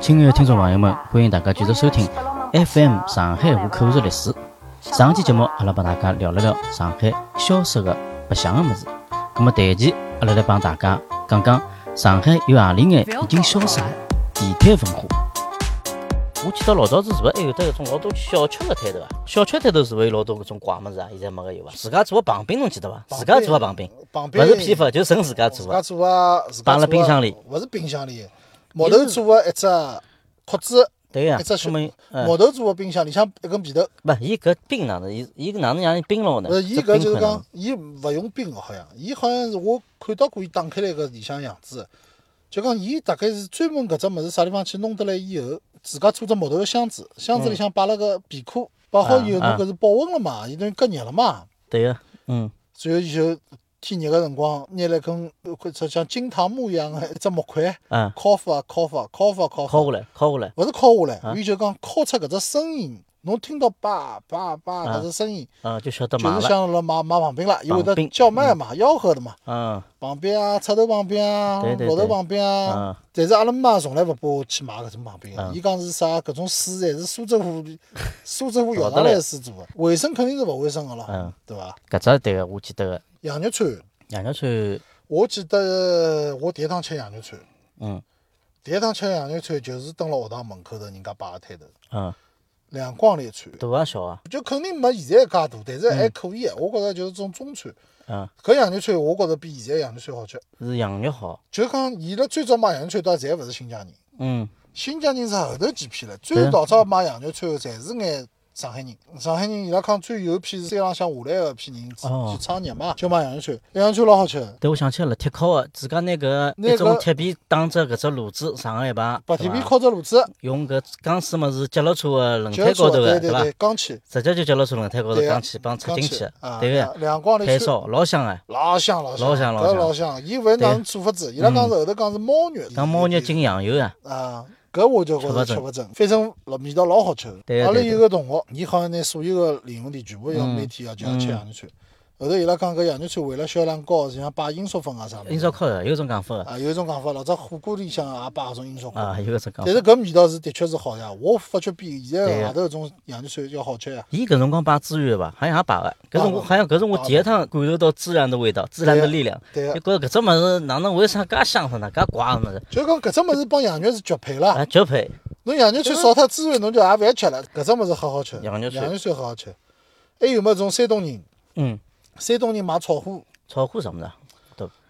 亲爱的听众朋友们，欢迎大家继续收听 FM 上海户口日历史。上期节目阿拉帮大家聊了聊上海消失的白相的物事，那么这期阿拉来帮大家讲讲上海有何里眼已经消失的地摊文化。我记得老早子是勿是还有得搿种老多小吃个摊头啊？小吃摊头是勿是有老多搿种怪物事啊？现在没个有伐？自家做个棒冰侬记得伐？自家做个棒冰，旁勿边是批发，就纯自家自做家个。做啊，自家摆辣做啊冰箱里，勿是冰箱里，木头做个一只壳子，对呀、一只这小么嗯木头做个冰箱里向一根皮头，勿，伊搿冰哪能？伊伊搿哪能让伊冰牢呢？勿是伊这搿冰呃就是块哪能讲，伊勿用冰哦个，好像，伊好像是我看到过伊打开来个里向样子，就讲伊大概是专门搿只物事啥地方去弄得来以后，自家做只木头个箱子，箱子里向摆了个皮壳，摆好以后侬啊啊搿是保温了嘛，伊等于隔热了嘛，对个、嗯，然后就天热个辰光，拿来根块只像金汤木一样个一只木块，啊，敲法敲法敲法敲法敲。下来，敲下来，勿是敲下来啊，伊就讲敲出搿只声音，侬听到叭叭叭啊搿只声音，啊，就晓得就买是了，像辣买买旁边啦，伊会旁得边叫卖嘛，吆喝的嘛，嗯，旁边啊，插头旁边啊对，对木对头旁边啊啊。但是阿拉妈从来勿拨我去买搿种旁边啊的，伊讲是啥搿种水侪是苏州 河里苏州河搞舀得上来来的水做的，卫生肯定是勿卫生个嗯咯，对伐？搿只对个，我记得个，羊肉串，羊肉串，我记得我第一趟吃羊肉串，嗯第一趟吃羊肉串就是蹲辣学堂门口头人家摆个摊头，嗯，两光里串。大啊小啊，就肯定没现在介大，但是还可以。我觉着就是种中餐，嗯，搿羊肉串我觉着比现在羊肉串好吃。是羊肉好，就是讲，伊拉最早买羊肉串，大家侪勿是新疆人，嗯，新疆人是后头几批了。对最啊早早买羊肉串的，侪是眼上海人。上海人伊拉讲最有一批是山浪向下来的一批人去哦去创业嘛，就买羊肉串，羊肉串老好吃。对，我想起来了，铁烤个，自家拿搿拿一种搿铁皮当着搿只炉子上个一排，白对天伐边烤只炉子，用搿钢丝么是脚踏车个轮就胎出高头对个，对伐？啊对，钢气，直接就脚踏车轮胎高头对啊钢起，帮插钢进气去啊，，对两个，两光里炭串。烧老香个，啊老香老香，老香老搿香嗯老香，伊勿是哪能做法子，伊拉讲是后头讲是猫肉，讲猫肉伊进羊油啊，啊，搿我就觉着吃吃勿勿准，反正老味道老好吃对。阿拉对有个同学，伊好像拿所有个零用钿啊全部要嗯每天要就要吃羊肉串。后头伊拉讲搿羊肉串为了销量高，是像摆罂粟粉啊啥物应事烧烤个，有种讲法个，啊，有一种讲法，老早火锅里向也摆搿种罂粟粉。啊，有搿种讲法但。是搿味道是的确是好呀，我发觉比现在对的呀外头搿种羊肉串要好吃呀。伊搿辰光摆孜然伐？好像也摆个，搿是我好像搿是我第一趟感受到孜然的味道，孜然的力量。啊对就呀，觉着搿只物事哪能为啥介香呢？介怪个物事？就讲搿只物事帮羊肉是绝配啦啊，。绝配！侬羊肉串少脱孜然，侬就也勿要吃了。搿只物事好好吃，羊肉串羊肉串好好吃。还有没有种山东人？嗯，山东人买炒货，炒货什么的，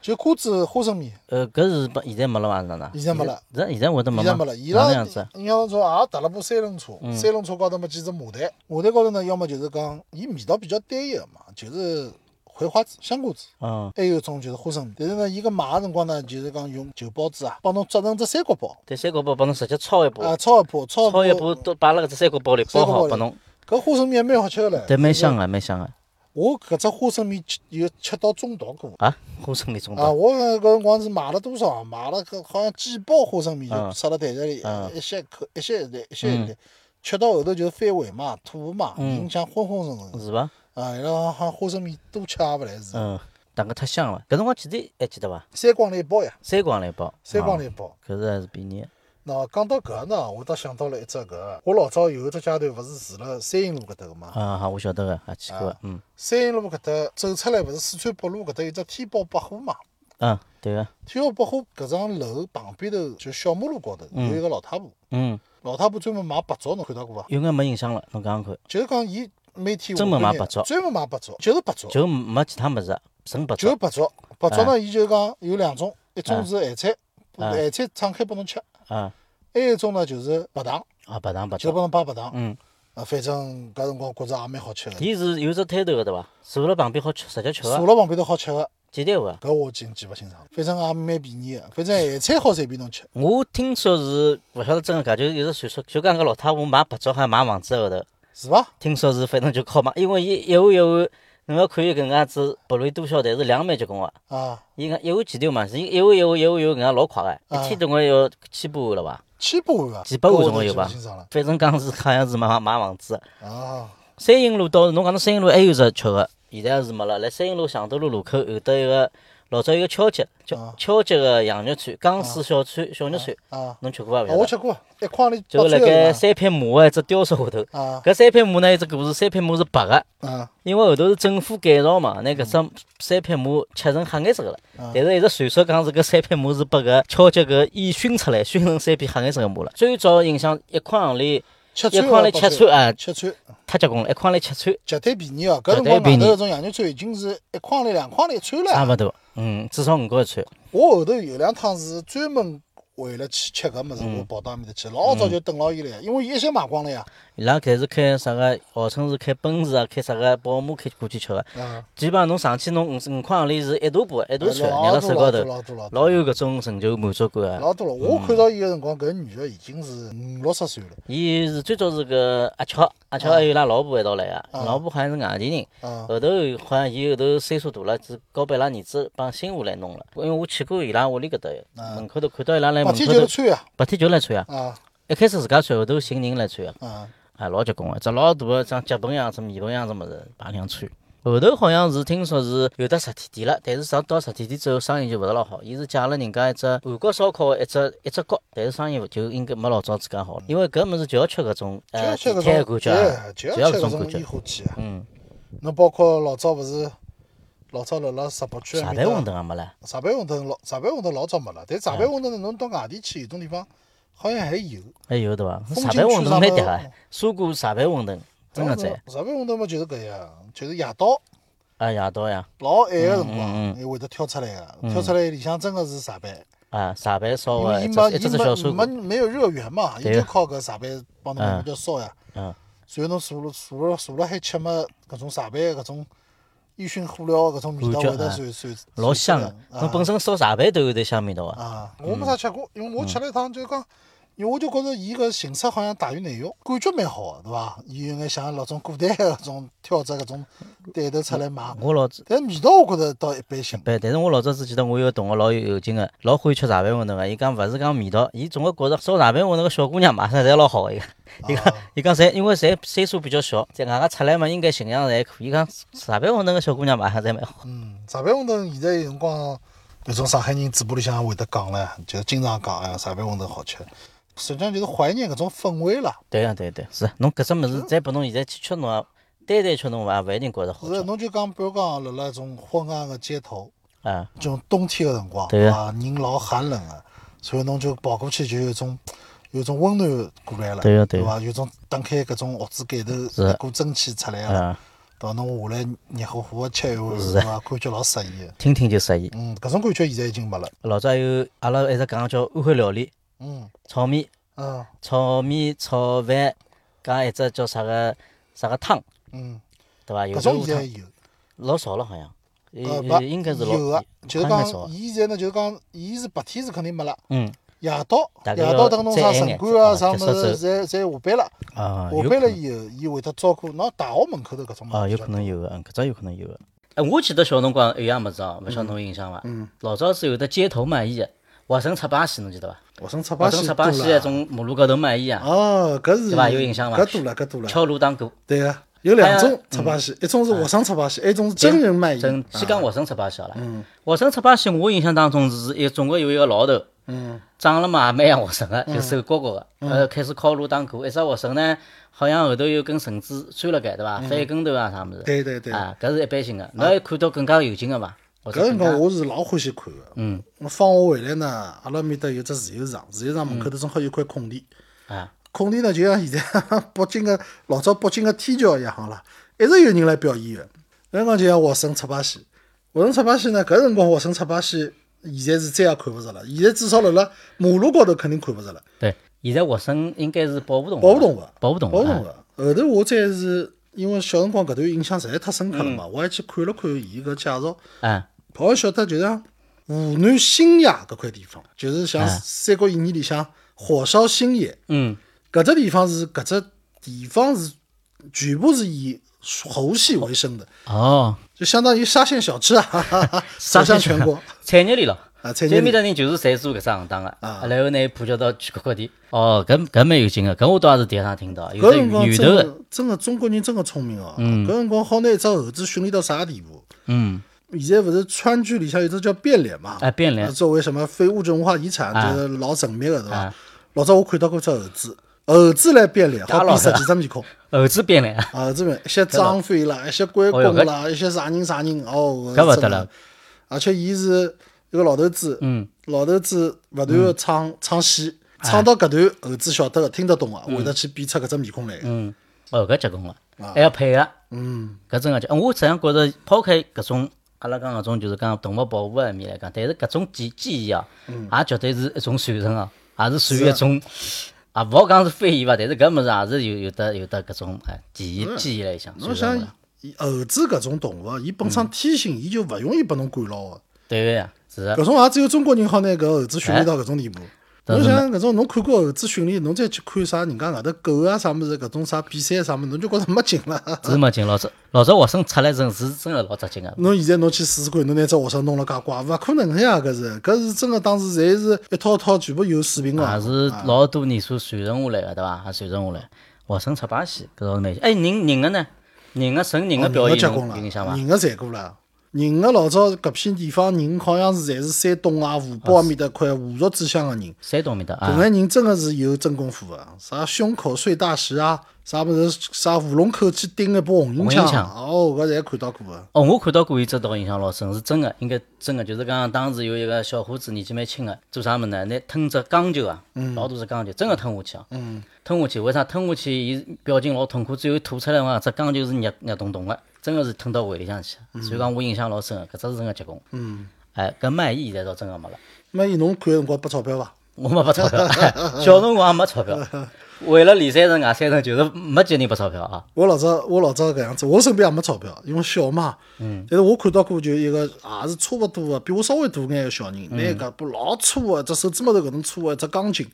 就瓜子花生米。呃，搿是把现在没了伐？哪能？现在没了，现在现在会得没现在没了，伊哪拉能样子啊？嗯印象当中也搭了部三轮车，三轮车高头么几只马台，马台高头呢，要么就是讲伊味道比较单一个嘛，就是葵花籽、香瓜子，嗯，还有一种就是花生米。但是呢，伊个买个辰光呢，就是讲用旧包子啊，帮侬折成只三角包，对，三角包帮侬直接炒一啊，把，炒一把，炒哦炒一一把，把都摆辣搿只三角包里包好拨侬，搿花生米还蛮好吃个唻。对，蛮香啊个，蛮香个。我搿只花生米吃有吃到中毒过。啊，花生米中啊，毒，我搿辰光是买了多少啊？买了个好像几包花生米，就嗯塞辣袋子里嗯，一些口，一些一袋，一些一袋，吃到后头就是反胃嘛，吐嘛，嗯影响昏昏沉沉。是伐？啊，伊拉讲好像花生米多吃也勿来事。嗯，但搿太香了。搿辰光记得还记得伐？三光了一包呀，三光来包，三光了啊一包。搿是还是便宜的。喏，讲到搿个呢，我倒想到了一只搿个，我老早有一只阶段勿是住辣三营路搿搭个嘛？啊，好，我晓得个，也去过啊的，嗯，三营路搿搭走出来勿是四川北路搿搭有只天宝百货嘛？啊，对个，天宝百货搿幢楼旁边头就小马路高头有一个老太婆。嗯，老太婆专门买白粥，侬看到过伐？有眼没印象了，侬讲讲看，就是讲伊每天专门买下半日白粥专门买白粥，就是白粥，就没其他物事，纯白就是粥白粥。白粥呢，伊就讲有两种，一种是咸菜，啊咸菜敞开拨侬吃；啊还有一种呢就是白糖，啊，白糖白就粥，拨侬摆白糖。嗯，啊，反正搿辰光觉着也蛮好吃个，伊是有只摊头个对伐？坐辣旁边好吃，直接吃坐个，辣旁边头好吃个，几钿个？搿我记记勿清爽。反正也蛮便宜个，反正咸菜好随便侬吃。我听说是勿晓得真个假，就有只传说，就讲搿老太婆买白粥还买房子后头，是伐？听说是反正就靠买，因为伊一碗一碗，侬要看伊搿能介子不论多少，但是两万结棍个。啊，伊讲一碗几钿嘛？是一碗一碗一碗一碗搿能介老快个，啊一天总归要千把碗了伐？几百碗啊，几百搿碗我总归记有勿吧清爽了。反正讲是好像是买买房子的。啊，三营路到侬讲到三营路还有只吃个，现在是没了。辣三营路常德路路口有得一个老早有个敲击，叫啊敲击个羊肉串，江苏小串小肉串，啊，侬吃过伐？啊我吃过，一筐里就是辣包盖菜三匹马的一只雕塑后头，的啊搿三匹马呢，有只故事，三匹马是白个，啊因为后头是政府改造嘛，拿搿只三匹马切成黑颜色个了。嗯啊但是一直传说讲是搿三匹马是被搿敲击搿烟熏出来，熏成三匹黑颜色个马了。最早印象一筐里吃一穿筐里包切菜串啊，切穿，太结棍了，一筐里切串绝对便宜哦。搿辰绝对光便外宜头搿种羊肉串已经是一筐里两筐里一串差了。勿多，嗯，至少五角一串。我后头有两趟是专门为了去吃搿物事，我跑到埃面搭去，老早就等牢伊了，因为伊一些卖光了呀。伊拉开始开啥个，号称是开奔驰啊，开啥个宝马开过去吃个。啊，基本上侬上去侬五五块行钿是一大把一大串，捏老辣多手高老多头，老多老多老有搿种成就满足感啊。老多了。我看到伊个辰光，搿女个已经是五六十岁了。伊是最早是个阿巧，阿巧还有伊拉老婆一道来个，啊老婆好像是外地人，啊后头好像伊后头岁数大了，是交拨伊拉儿子帮新妇来弄了。因为我去过伊拉屋里搿搭，门口头看到伊拉来啊白门天口就是头，穿呀，白天就来穿啊，啊一开始自家穿，后头寻人来穿啊，啊啊老结棍个，只老大个像脚盆样子、面盆样子物事摆两穿。后头好像是听说是有得实体店了，但是上到实体店之后生意就勿是老好。伊是借了人家一只韩国烧烤的一只一只角，但是生意就应该没老早自家好了，因为搿物事就要吃搿种就呃要吃地摊搿的感种，觉啊，就就要要搿吃搿种种感烟觉。火气。嗯，侬包括老早勿是，老早辣辣石浦区茶埃杯馄面饨搭，也没了，茶杯馄饨老茶杯馄饨老早没了，但茶杯馄饨呢，侬到外地去有种地方好像还有。还有哎对伐？风茶景杯区馄饨啥蛮物嗲个，啊苏果茶杯馄嗯饨真个赞石浦馄饨嘛就是搿样，就是夜到啊！夜到呀，老晚个辰嗯嗯光，还会得挑出来个，挑出来里向真个是茶杯，啊，茶杯烧因个为一伊只一只没伊只小没水没果，没有热源嘛，伊对就个靠搿茶杯帮侬嗯比较烧呀。嗯，然后侬坐了坐了坐了还吃么搿种茶杯搿种烟熏火燎搿种味道感觉会得啊传传老香个个。。侬本身烧茶杯都有点香味道啊。嗯啊，我没啥吃过，因为我吃了一趟就是讲，因为我就觉着伊搿形式好像大于内容，感觉蛮好的，对伐？伊有眼像老种古代搿种挑只搿种对头出来卖，我老但味道我觉着倒一般性。对，但是我老早子记得我有个同学老有有劲个，老欢喜吃茶杯馄饨个。伊讲勿是讲味道，伊总归觉着烧茶杯馄饨个小姑娘马上侪老好个。伊讲，啊 伊讲，伊讲侪因为侪岁数比较小，在外加出来嘛，应该形象侪可以。伊讲茶杯馄饨个小姑娘马上侪蛮好。嗯，茶杯馄饨现在有辰光，有种上海人嘴巴里向会得讲唻，就经常讲哎呀，茶杯馄饨好吃。实际上就是怀念搿种氛围啦， 对呀、对对，是侬搿只物事再拨侬现在去吃侬啊，单单吃侬也勿一定觉着好是吃侬就讲，比如讲辣辣一种昏暗个街头，啊。这种冬天个辰光，对啊啊，人老寒冷个，所以侬就跑过去就有一种有一种温暖过来了，对啊对对啊伐？有种打开搿种屋子盖头，是一股蒸汽出来了，啊，到侬下来热乎乎个吃一碗，是对伐？感觉老适意个。听听就适意。嗯，搿种感觉现在已经没了。老早有阿拉一直讲叫安徽料理，嗯炒面、嗯炒面、炒饭，加一只叫啥个啥个汤，嗯，对伐？有搿肉种汤现在。有。老少了，好像，呃，呃，不，应该是老，有个，就是应该少讲，了。伊现在呢，就是讲，伊是白天是肯定没了，嗯，夜到大，概夜要到等侬再啥晚城眼管啊子啥啊物结束事，侪侪下班了，啊，有下班可了能以后，伊会得照顾喏大学门口头搿种啊，有可能有个，嗯，搿只有可能有个。哎，我记得小辰光有样物事哦，勿晓得侬有印象伐？嗯，老早是有的街头卖艺的，华盛插巴西，侬记得伐？学生出华八盛西插巴西那种马路高头卖艺啊，哦，搿是对伐有印象伐搿多了，搿多了。敲锣打鼓。对个，有两还有嗯啊种出八戏，一种是学生出八戏，一种是真人卖艺。真，先讲华盛插巴西好了。嗯，华盛插巴西，我印象当中是一总归有一个老头。嗯，长了嘛也蛮像学生个，就手高高个，呃，开始敲锣打鼓。一只学生呢，好像后头有根绳子拴了盖，对伐？翻跟头啊啥物事。嗯对对对。啊，搿是一般性个。侬还看到更加有劲个伐？或者搿辰更加光我是老欢喜看个。嗯。放学回来呢，阿拉面搭有只自由场，自由场门口头正好有块空地。啊，空地呢，就像现在北京个老早北京个天桥一样啦，一直有人来表演个。搿辰光就像学生出把戏，学生出把戏呢，搿辰光学生出把戏，现在是再也看勿着了。现在至少辣辣马路高头肯定看勿着了，对。现在学生应该是保护动物，保不动个，保护动物，保不动啊个。后头我再呃是因为小辰光搿段印象实在太深刻了嘛，我还去看了看伊搿介绍，啊，好像晓得就是像湖南新野搿块地方，就是像啊《三国演义》里向火烧新野。嗯，搿只地方是搿只地方是全部是以猴戏为生的，哦，就相当于沙县小吃啊，哈哈 哈走向全国产业链咯。啊，产这业面链的人就是侪做搿只行当个，啊然后呢普及到全国各地。哦，搿搿蛮有劲个，搿我倒也是第一趟听到，有搿的嗯辰光源真头个，啊的真的中国人真的聪明哦，搿辰光好拿一只猴子训练到啥地步？嗯，现在勿是川剧里向有只叫变脸嘛？哎，变脸，作为什么非物质文化遗产，啊就是老神秘个对伐啊？老早我看到过只猴子，猴子来变脸，打好老比是十吧几只面孔。猴子变脸，啊，这边一些张飞啦，一些关公哦哟啦，一些啥人啥人哦，搿勿真得的了。而且伊是一个老头子，嗯，哎老头子勿断个唱唱戏，唱到搿段猴子晓得个听得懂个，啊会得去变出搿只面孔来个。嗯，哦，搿结棍了，还要配合，嗯，搿真个就，我实际上觉着抛开搿种阿拉讲搿种就是讲动物保护埃面来讲，但是搿种技技艺啊，也绝对是一种传承啊，也是属于一种，啊，勿好讲是非遗伐，但是搿物事也是有有的有的搿种哎技艺技艺来向侬传啊想承的，伊猴子搿种动物，伊本嗯身天性伊就勿容易拨侬管牢对个呀，是啊的，个。搿种也只有中国人好拿搿猴子训练到搿种地步。但侬是想搿种侬看过猴子训练，侬再去看啥人家外头狗啊啥物事，搿种啥比赛啥物事，侬就觉着没劲了。是没劲，老早老早学生出来真是真个老扎劲啊个，侬现在侬去试试看，侬拿只学生弄了介怪，勿可能个呀！搿是，搿是真个，当时侪是一套套全部有啊水平个。也是老多年数传承下来个，对伐？也传承下来，学生出把戏，搿倒是蛮。哎，人人个呢？人个神人个哦表演人结有棍有了，嗯印象伐？人个赚过了。人个老早搿片地方人好像是侪是山东啊、湖北啊面搭块武术之乡个人，山东面搭搿啊，眼人真个是有真功夫个，啊啥胸口碎大石啊，啥物事啥喉咙口去钉一把红缨红缨枪枪，哦，搿侪看到过个。哦，我看到过一只倒印象老深，是真个，应该真个，就是讲当时有一个小伙子年纪蛮轻个，做啥物事呢？拿吞只钢球啊，嗯老大只钢球，真个吞下去啊，吞下去，为啥吞下去？伊表情老痛苦，最后吐出来嘛，只钢球是热热冻冻个，真个是吞到胃里向去，嗯所以讲我印象老深个，搿只是真个结棍。嗯，哎，搿卖艺现在倒真个没了。那伊侬看个辰光拨钞票伐？我没拨钞票， 小辰光也没钞票，为了里三层外三层，就是没几个人拨钞票啊。我老早我老早搿样子，我身边也没钞票，因为小嘛。嗯。但是我看到过就一个也是差勿多啊个，比我稍微大眼个小人，嗯拿搿把老粗个，啊只手指末头搿能粗啊个只钢琴，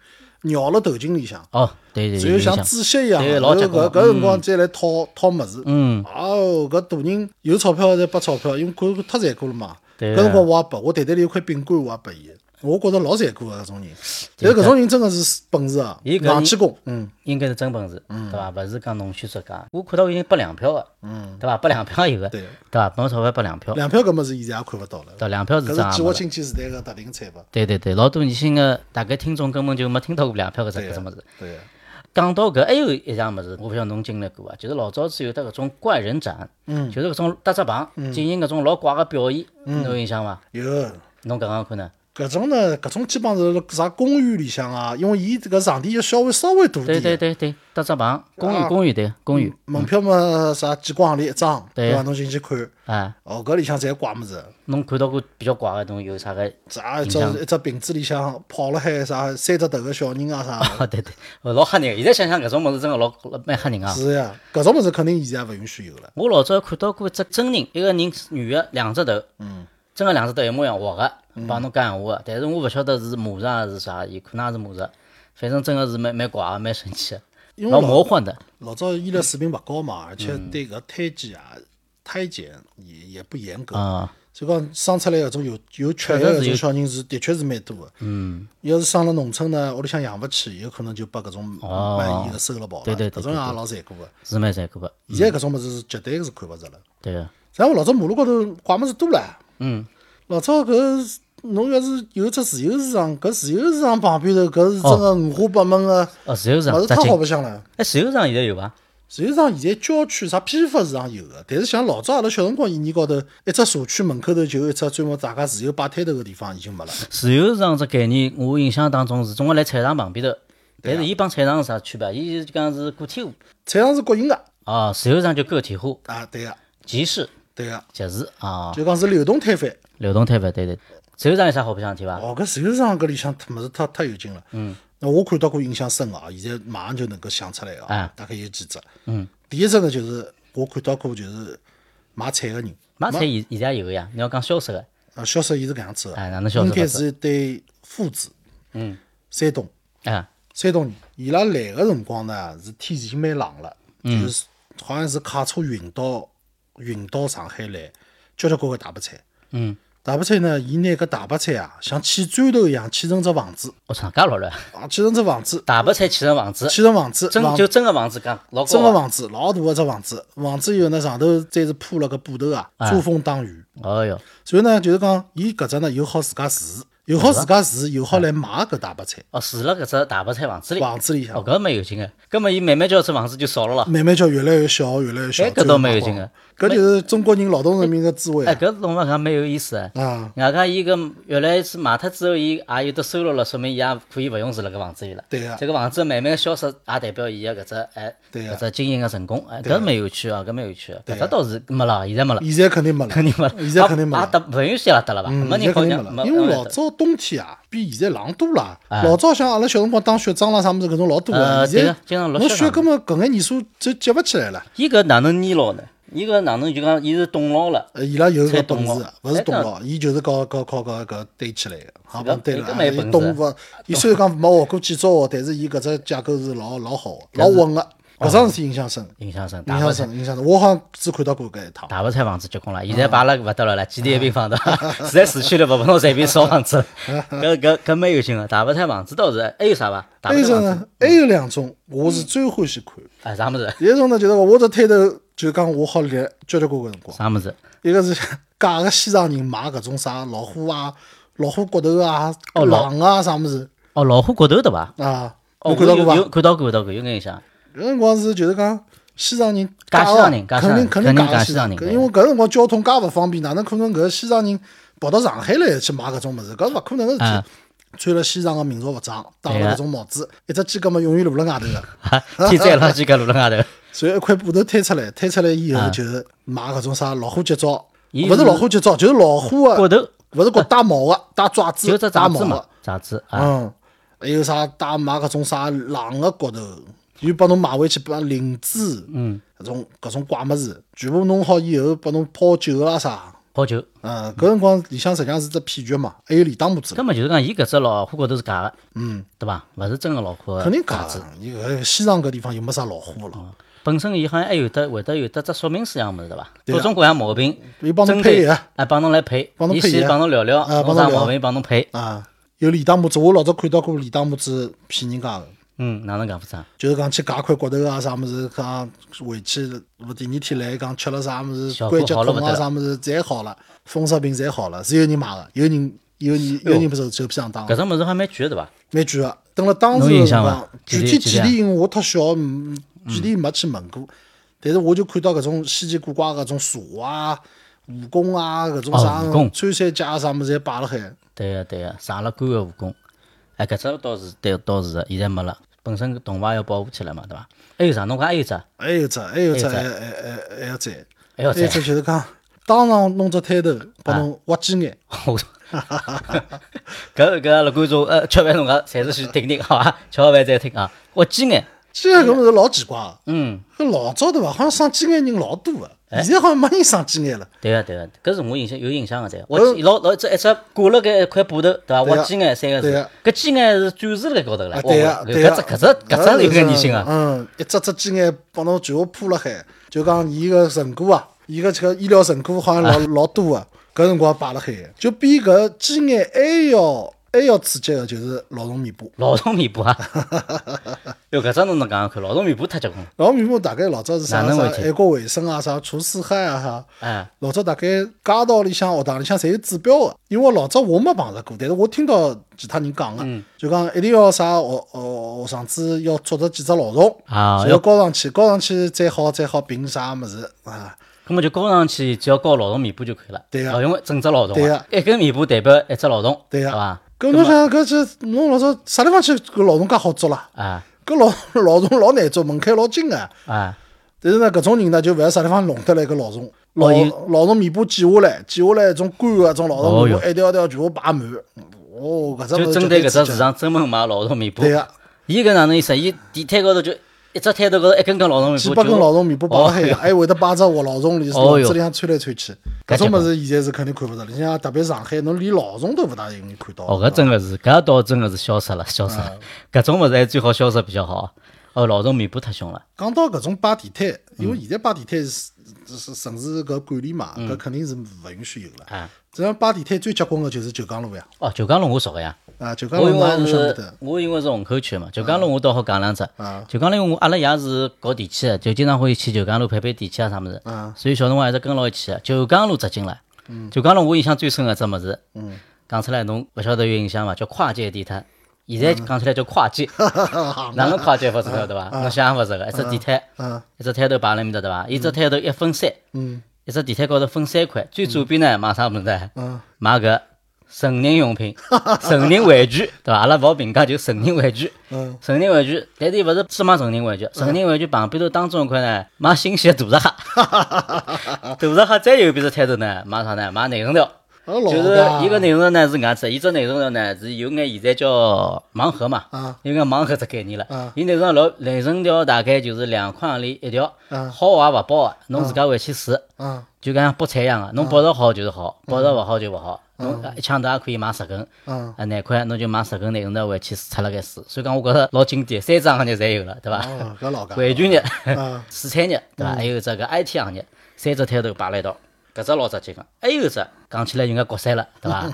绕了头颈里向，哦，对对，然有后印象像纸屑一样，啊对然哎老后结棍搿搿辰光再来掏掏物事。嗯。哦，搿大人有钞票侪拨钞票，因为搿搿太残酷了嘛。对搿啊辰光我也拨，我袋袋里有块饼干我也拨伊，我觉着老残酷个啊搿种人。但是搿种人真个是本事啊，伊搿人硬气功。嗯。应该是真本事，对伐？勿是讲弄虚作假。我看到已经拨粮票个，对伐？拨粮票有个，嗯对对伐？拨钞票拨粮票，粮票搿物事现在也看勿到了。对，粮票是搿啥也是计没划了。经济时代个特定产物。对对对，老多年轻个大概听众根本就没听到过粮票搿只对搿呀只物事。对呀，讲到搿还有一样物事，我勿晓得侬经历过伐？啊就是老早子有得搿种怪人展，嗯，就是搿种搭只棚嗯进行搿种老怪个表演，侬有印象伐？有侬搿样看呢？搿种呢，搿种基本上是啥公园里向啊，因为伊这个场地要稍微稍微大对点。对对对，搭只棚，公啊寓公寓对公寓，门票嘛，啥几光行钿一张，对对伐？侬进去看，哎，哦，搿里向侪怪物事，侬看到过比较怪个东西有啥个？ 啥一只一只瓶子里向泡了海啥三只头个小人 啊啥哦，对对，哦老吓人个。现在想想搿种物事真个老老蛮吓人啊的，。是呀，搿种物事肯定现在勿允许有了。我老早看到过一只真人，一个人女个，两只头，嗯，真个两只头一模一样，活个，嗯帮侬讲闲话个，但是我勿晓得是马上还是啥，有可能也是马上，反正真个是蛮蛮怪个，蛮神奇个，因为老嗯老魔幻的。老早医疗水平勿高嘛，而且对搿胎记啊、胎检也也不严格。啊，所以讲生出来搿种有有确缺实的搿是有种小人是的确是蛮多的。嗯，要是生了农村呢，屋里向养勿起，有可能就把搿种哦蛮夷个收了跑了。对对对嗯搿种也老残酷个。是蛮残酷个，现在搿种物事是绝对是看勿着了。对啊个，然后老早马路高头怪物事多唻。嗯，老早搿侬要是有只自由市场，搿自由市场旁边头搿是真个五花八门个，哦，石油物厂事哦扎太劲好，白相了。哎，石油厂现在有伐？实际上，现在郊区啥批发市场有个，但是像老早阿拉小辰光意念高头，一只社区门口头就有一只专门大家自由摆摊头个地方已经没了。自由市场这概念，我印象当中是总归来菜场旁边头，啊但是伊帮菜场是啥区别？伊就讲是个体户菜场是国营的啊，自由市场就个体户、啊，对个、集市、对个、集市啊，就讲是流动摊贩。流动摊贩，对对。自由市场有啥好白相的地方？哦，搿自由市场搿里向物事太太有劲了。嗯，那我看到过印象深个啊，现在马上就能够想出来个啊啊，大概有几只。嗯，第一只呢就是我看到过就是卖菜个人，买菜现现在有个呀，你要讲销售个，啊，销售伊是搿样子哎，个，哪能销应售法该子？是一对父子。嗯，山东。啊，山东人，伊拉来个辰光呢，是天已经蛮冷了，嗯就是好像是卡车运到运到上海来，交交关关大白菜。嗯，大白菜呢，伊拿搿大白菜啊，像砌砖头一样砌成只房子我操，介老了，啊，砌成只房子，大白菜砌成房子，砌成房子，真房就真个房子讲，老真个高啊。房子，老大个只房子。房子以后呢，上头再是铺了个布头啊，嗯遮风挡雨。哎哟，所以呢，就是讲，伊搿只呢又好自家住，又好自家住，又好来买搿大白菜，哦，住了搿只大白菜房子里，哦，房子里向搿蛮有劲个。搿么伊慢慢叫这房子就少了咯。慢慢叫越来越小，越来越小。哎搿倒蛮有最劲后买个。光。搿就是中国人劳动人民个智慧哎，啊搿弄法讲蛮有意思个。啊！外加伊搿原来是卖脱之后，伊也有得收入了，说明伊也可以勿用住辣搿房子里了。对个这个房子慢慢消失，也代表伊个搿只哎，对啊搿只经营个成功，哎，对啊搿蛮有趣啊，搿蛮有趣啊。对啊搿只倒是没了，现在没 了，现在肯定没了，肯定没了，啊现在肯定没也了也。得朋友圈也得了吧？嗯，没现人好在肯定像没没了，因为没老得早冬天啊，比现在冷多了。哎老早像阿拉小辰光打雪仗啦啥物事，搿种老多呃个。现对在个经常落侬雪雪场根本搿眼年数就接勿起来了。伊搿哪能捏牢呢？伊搿哪能就讲伊是冻牢了，呃，伊拉有猜个懂本事了，勿是懂哎牢，伊就是搞搞搞搞搿堆起来个，也个勿对哎搿了。蛮有伊本事懂勿？伊虽然讲没学过建筑学，但是伊搿只架构是老老好个，老稳个。搿桩事体印象深，印象深，印大白象菜深，啊印象深。我好像只看到过搿一趟。大白菜房子结棍了，现在摆了勿得了了，几钿一平方的， 实在市区里勿拨侬随便烧房子啊了。搿搿搿蛮有劲个，大白菜房子倒是还有啥伐？大还白有菜只房子呢，还有两种我是最欢喜看。哎啥物事？一种呢就是我只推头，就讲我好立交交关关辰光。啥物事？一个是假个西藏人买搿种啥老虎啊、老虎骨头啊、哦老狼啊啥物事哦，老虎骨头对伐？啊，哦，侬看到过有伐？有看到过，看到过，有眼印象。搿辰光是就是讲西藏人假西藏人假西肯藏定人肯肯定定假个西西藏藏人人，对因为搿辰光交通介勿方便，哪能可能搿西藏人跑到上海来去买搿种物事？搿勿可能个事啊体。穿了西藏个民族服装，戴对啊了搿种帽子，一只鸡胳么永远露辣外头 个。天灾垃圾搿路浪外头，所以一块布头推出来，推出来以啊后就是买搿种啥老虎脚爪，伊勿是是老虎脚爪，就是老虎骨个，头勿是骨带毛个，带爪就只子、带爪呃毛子嘛个，，爪子啊，嗯，还有啥带买搿种啥狼个骨头，又帮侬买回去帮灵芝，嗯，搿种搿种怪物事，全部弄好以后帮侬泡酒啦啥，好球。嗯，搿辰光里向实际上是只骗局嘛，还有李当母子根，本就是讲伊搿只老虎骨头是假个，嗯，对伐？勿是真个老虎个啊肯定爪假子哦的。伊搿西藏搿地方又没啥老虎了。本身伊好像还有得会得有得只说明书一样物事对伐？对啊各种各样毛病，伊帮侬针配对药哎，帮侬来配，帮侬伊配先药帮侬聊聊，啊侬帮啥侬聊毛病帮侬配，啊，有李当母子，我老早看到过李当母子骗人家个，嗯，哪能讲法子啊？就是讲去夹块骨头啊啥物事，讲回去勿第二天来讲吃了啥物事，效果关节好了痛不得啊了啥物事，侪好了，风湿病侪好了，是有人买个，有人有人有人不是手皮上当搿的，只物事还蛮贵个对伐？蛮贵个。啊等了当侬有时印的辰象光伐，具几体钿几几钿啊钿因为我太小，嗯具体没去问过，但是我就看到搿种稀奇古怪搿种蛇啊、蜈蚣啊搿种哦啥蜈蚣穿山甲啊啥物事侪摆辣海。对个对个，上了官个蜈蚣，哎，搿只倒是对倒是个，现在没了。本身动画要保护起来嘛，对伐？还有啥？侬讲还有只，哎还有只，还有只，还还有还还哎还要再，还要还有再只就是讲，当场弄只摊头，啊帮侬挖鸡眼， 我说 搿搿阿拉观众呃，吃饭辰光侪是去听听，好伐？吃好饭再听啊。我鸡眼，鸡眼搿物事老奇怪的。嗯，哎搿老早对伐？好像生鸡眼人老多个，现在好像没人生鸡眼了。对个对个，搿是我印象有印象个对个。我记老老只一只挂了搿一块布头，对伐？呃对啊我鸡眼三个对字啊，搿鸡眼是展示辣盖高头啊，唻。对哇个，搿对个，哎呃搿只搿只搿只有眼眼人性啊！嗯，一只只鸡眼帮侬全部铺辣海，就讲伊个成果啊，伊个这个医疗成果好像哎老老多啊个，搿辰光摆辣海，就比搿鸡眼还要还要刺激个，就是老虫尾巴。老虫弥补啊！ 哟，搿只侬能讲讲看，老虫弥补太结棍了。老虫尾巴大概老早是啥哪能啥回事爱国卫生啊，啥除四害啊啥。哎，老早大概街道里向、学堂里向侪有指标个，因为老早我没碰着过，但是我听到其他人讲个，嗯就讲一定要啥学学学生子要捉着几只老虫，啊然要后高上去，高上去再好再好评啥物事啊，那么就高上去，只要高老虫弥补就可以了。对啊勿用整只老虫对啊啊，一根弥补代表一只老虫，对是呀伐？搿侬想搿是侬老早啥地方去搿老虫介好捉啦？啊搿老 老虫老难捉，门槛老紧个、啊，但是呢，搿种人呢，就勿晓得啥地方弄得来一个老虫，老哦有老虫尾巴剪下来，剪下来一种干个，一种老哦虫尾哟巴一条一条全部摆满。哦，搿只物就事针绝对对搿刺只激市场专门卖老虫弥补。对呀伊搿哪能意思？伊地摊高头就一只摊头高头一根根老虫弥补，几百根老虫尾巴摆辣海哦 个，还哎会得摆只活老虫里哦哟脑子里向窜来窜去。搿结搿种棍物事现在是肯定看勿着了，你像特别上海，侬连老虫都勿大容易看到。哦啊哦，搿真个是，搿倒真个是消失了，消失了。搿种物事还最好消失比较好。哦，老陈弥补太凶了，讲到搿种摆地摊，因为现在摆地摊是是城市搿管理嘛，搿肯定是勿允许有了。嗯啊，这样摆地摊最结棍个就是九江路呀，哦，九江路我熟个呀，啊，九江我路因马路为上面是的，，我因为是虹口区的嘛，九江路我倒好讲两只啊。九江路因为我阿拉爷是搞电器的，就经常会去九江路陪陪电器啊啥么子啊，嗯所以小辰光一直跟牢一起啊的。九江路扎进来，九江路我印象最深的只么子，讲出来侬勿晓得有印象伐？叫跨界地摊，嗯现在讲出来叫跨界， 哪能跨界法子了对伐？侬想也勿着个，一只地摊，啊，嗯一只摊头摆辣埃面搭对伐？伊只摊头一分三，一只地摊高头分三块，最左边呢卖啥物事呢？嗯买搿成人用 品、成人玩具，对伐？阿拉勿好评价，就成人玩具。嗯，成人玩具，但是伊勿是只买成人玩具，成人玩具旁边头当中一块呢，买新鲜大闸 蟹，大闸蟹再右边只摊头呢，买啥呢？买内存条，阿拉就啊老是家伊个内存条呢是搿样子，伊只内存条呢是有眼现在叫盲盒嘛，啊有眼盲盒只概念了啊。伊内存条老内存条大概就是两块行钿一条，啊好也勿包啊，侬自家回去试。啊就讲像剥菜一样个，啊侬剥着好就是好，剥着勿好就勿好。侬啊一枪头也可以买十根，啊，啊，哪块侬就买十根内容头回去拆了该试。所以讲，我觉着老经典，三只行业侪有了，对伐？哦，搿 老家玩具业、啊水产业，对伐？还有这个 IT 行业，三只摊头摆辣一道，搿只老扎劲个。还有一只讲起来有眼国产了，对 伐？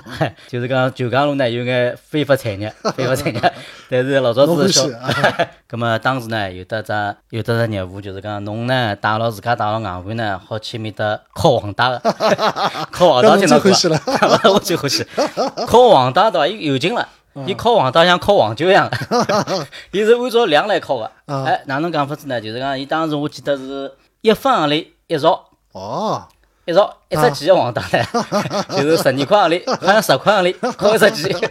就是讲九江路呢有眼非法产业，非法产 业，但是老早侬子欢小喜啊， 咁么当时呢，有得只有得只业务，就是讲侬呢带牢自家带牢硬盘呢，好去面搭敲黄带个， 敲黄带听到过 伐？我最欢喜，敲黄带对伐？伊有劲了，嗯伊敲黄带像敲黄酒一 样，伊是按照量来敲个。啊哎，哪能讲法子呢？就是讲伊当时我记得是一分行钿一兆。哦，一兆一只几个黄带 呢，就是十二块行钿，好像十块行钿，敲一只几，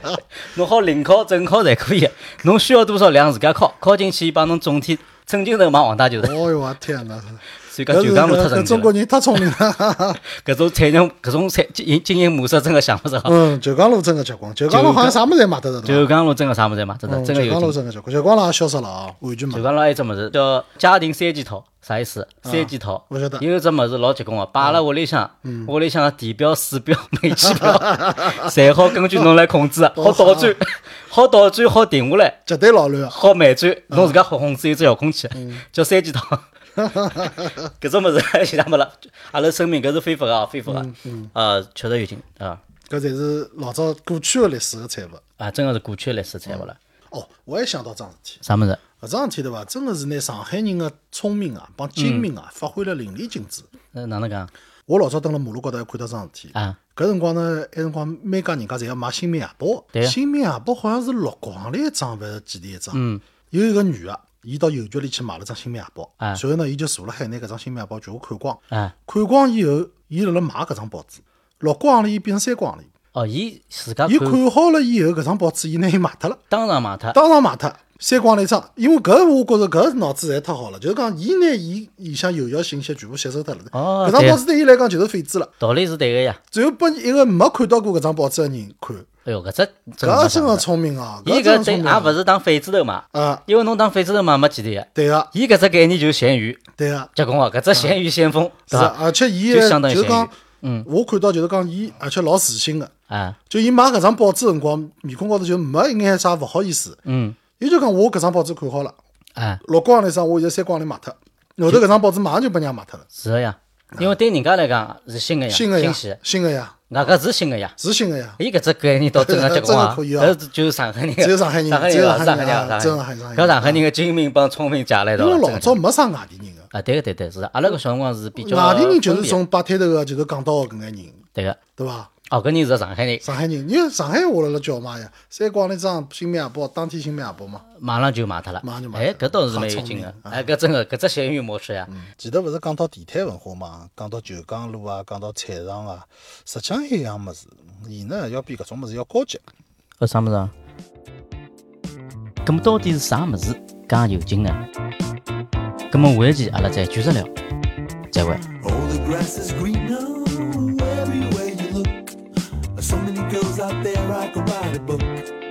侬好零敲、整敲侪可以。侬需要多少量自家敲，敲进去帮侬总体称斤头买黄带就是。哦哟，我天哪，所以讲搿是九江路太搿神搿奇中国了，人太聪明了。搿种产业、搿种产经营经营模式真的想勿着。嗯，九江路真个结棍，九江路好像啥物事也买得着的。九江路真的啥物事嘛，真的嗯呃真的九有江路劲。真个结棍，九江路也消失了啊，完全没九了。江路还有一只物事叫家庭三件套，啥意思？三件套。啊勿晓得啊嗯因为只物事老结棍个，啊摆辣屋里向，屋里向个地表、水表、煤气表， 侪好根据侬来控制的，啊好倒转， 好倒转，好停下来，绝对老乱啊！嗯好慢转，侬自家好控制有只遥控器，叫三件 套。搿种物 事现在没了，阿拉声明搿是非法个啊，非法个，嗯呃，确实有劲啊搿才是老早过去个历史个产物。啊，真个是过去的历史产物了，哦，我还想到桩事体，啥物事？搿桩事体对伐？真个是拿上海人个聪明啊，帮精明嗯啊，发挥了淋漓尽致。呃哪能讲我老早蹲辣马路高头还看到桩事体，啊？搿辰光呢，埃辰光每家人家侪要买《新民夜报》对啊新民夜报》好像是六角行钿一张，勿是几钿一张。嗯，有一个女个，伊到邮局里去买了张《新民夜报》，啊随后呢，伊就坐辣海拿搿张《新民夜报》全部看光。啊，看光以后，伊辣辣买搿张报纸，六角行钿伊变成三角行钿。哦，伊自家伊看看好了以后，搿张报纸伊拿伊卖脱了，当场买脱，当场卖脱。三光了一张，因为搿我觉着搿脑子实在太好了，就是讲伊拿伊里向有效信息全部吸收脱了。哦搿张对报纸对伊来讲就是废纸了。道理是对个呀。只有拨一个没看到过搿张报纸的人看，哎哟，搿只真搿没真想个到聪明啊！伊搿搿真个只聪也明啊勿是当废纸头嘛，啊，因为侬当废纸头嘛没几钿个，对个，伊搿只概念就是咸鱼，对个，结棍啊！搿只咸鱼先锋，是对啊伐？而且伊就相当于嗯就咸鱼讲，我看到就是讲伊，而且老自信个，啊，就伊买搿张报纸辰光，面孔高头就没一眼啥勿好意思，嗯，伊就讲我搿张报纸看好了，啊，六光那张我现在三光里卖脱，后头搿张报纸马上就拨人家卖脱了，是个呀。因为对人家来讲是新哎个呀，新个呀新鲜，，新个呀，外加是新个呀。是新个呀，伊搿只概念倒真个结棍啊， 真的可以啊搿是就是上海人，只有上海人上海只有人啊，上上海海人啊人啊，真的上海上海人。人搿上海人个精明帮聪明加来一因道为了，老真早的没啥外地人个，啊，对个对对是的，阿拉搿小辰光是比较外地人就分是别从摆摊头个啊就是讲到个搿眼人，对个，对伐？哦，搿人是上海人，上海人，因为上海话辣辣叫嘛呀，三光那张新民夜报，当天新民夜报嘛。马上就买脱了马上就，买哎，脱搿了倒是好蛮有聪劲个明，啊哎，搿真个搿只咸鱼模式呀，前头勿是讲到地摊文化嘛，讲到九江路啊，讲到菜场啊，实际上一样物事，伊呢要比搿种物事要高级。搿啥物事啊？咁么到底是啥物事介有劲呢？咁么下一期阿拉再继续聊，再会。 Oh, the grass is greener everywhere you look. There's so many girls out there, I could write a book.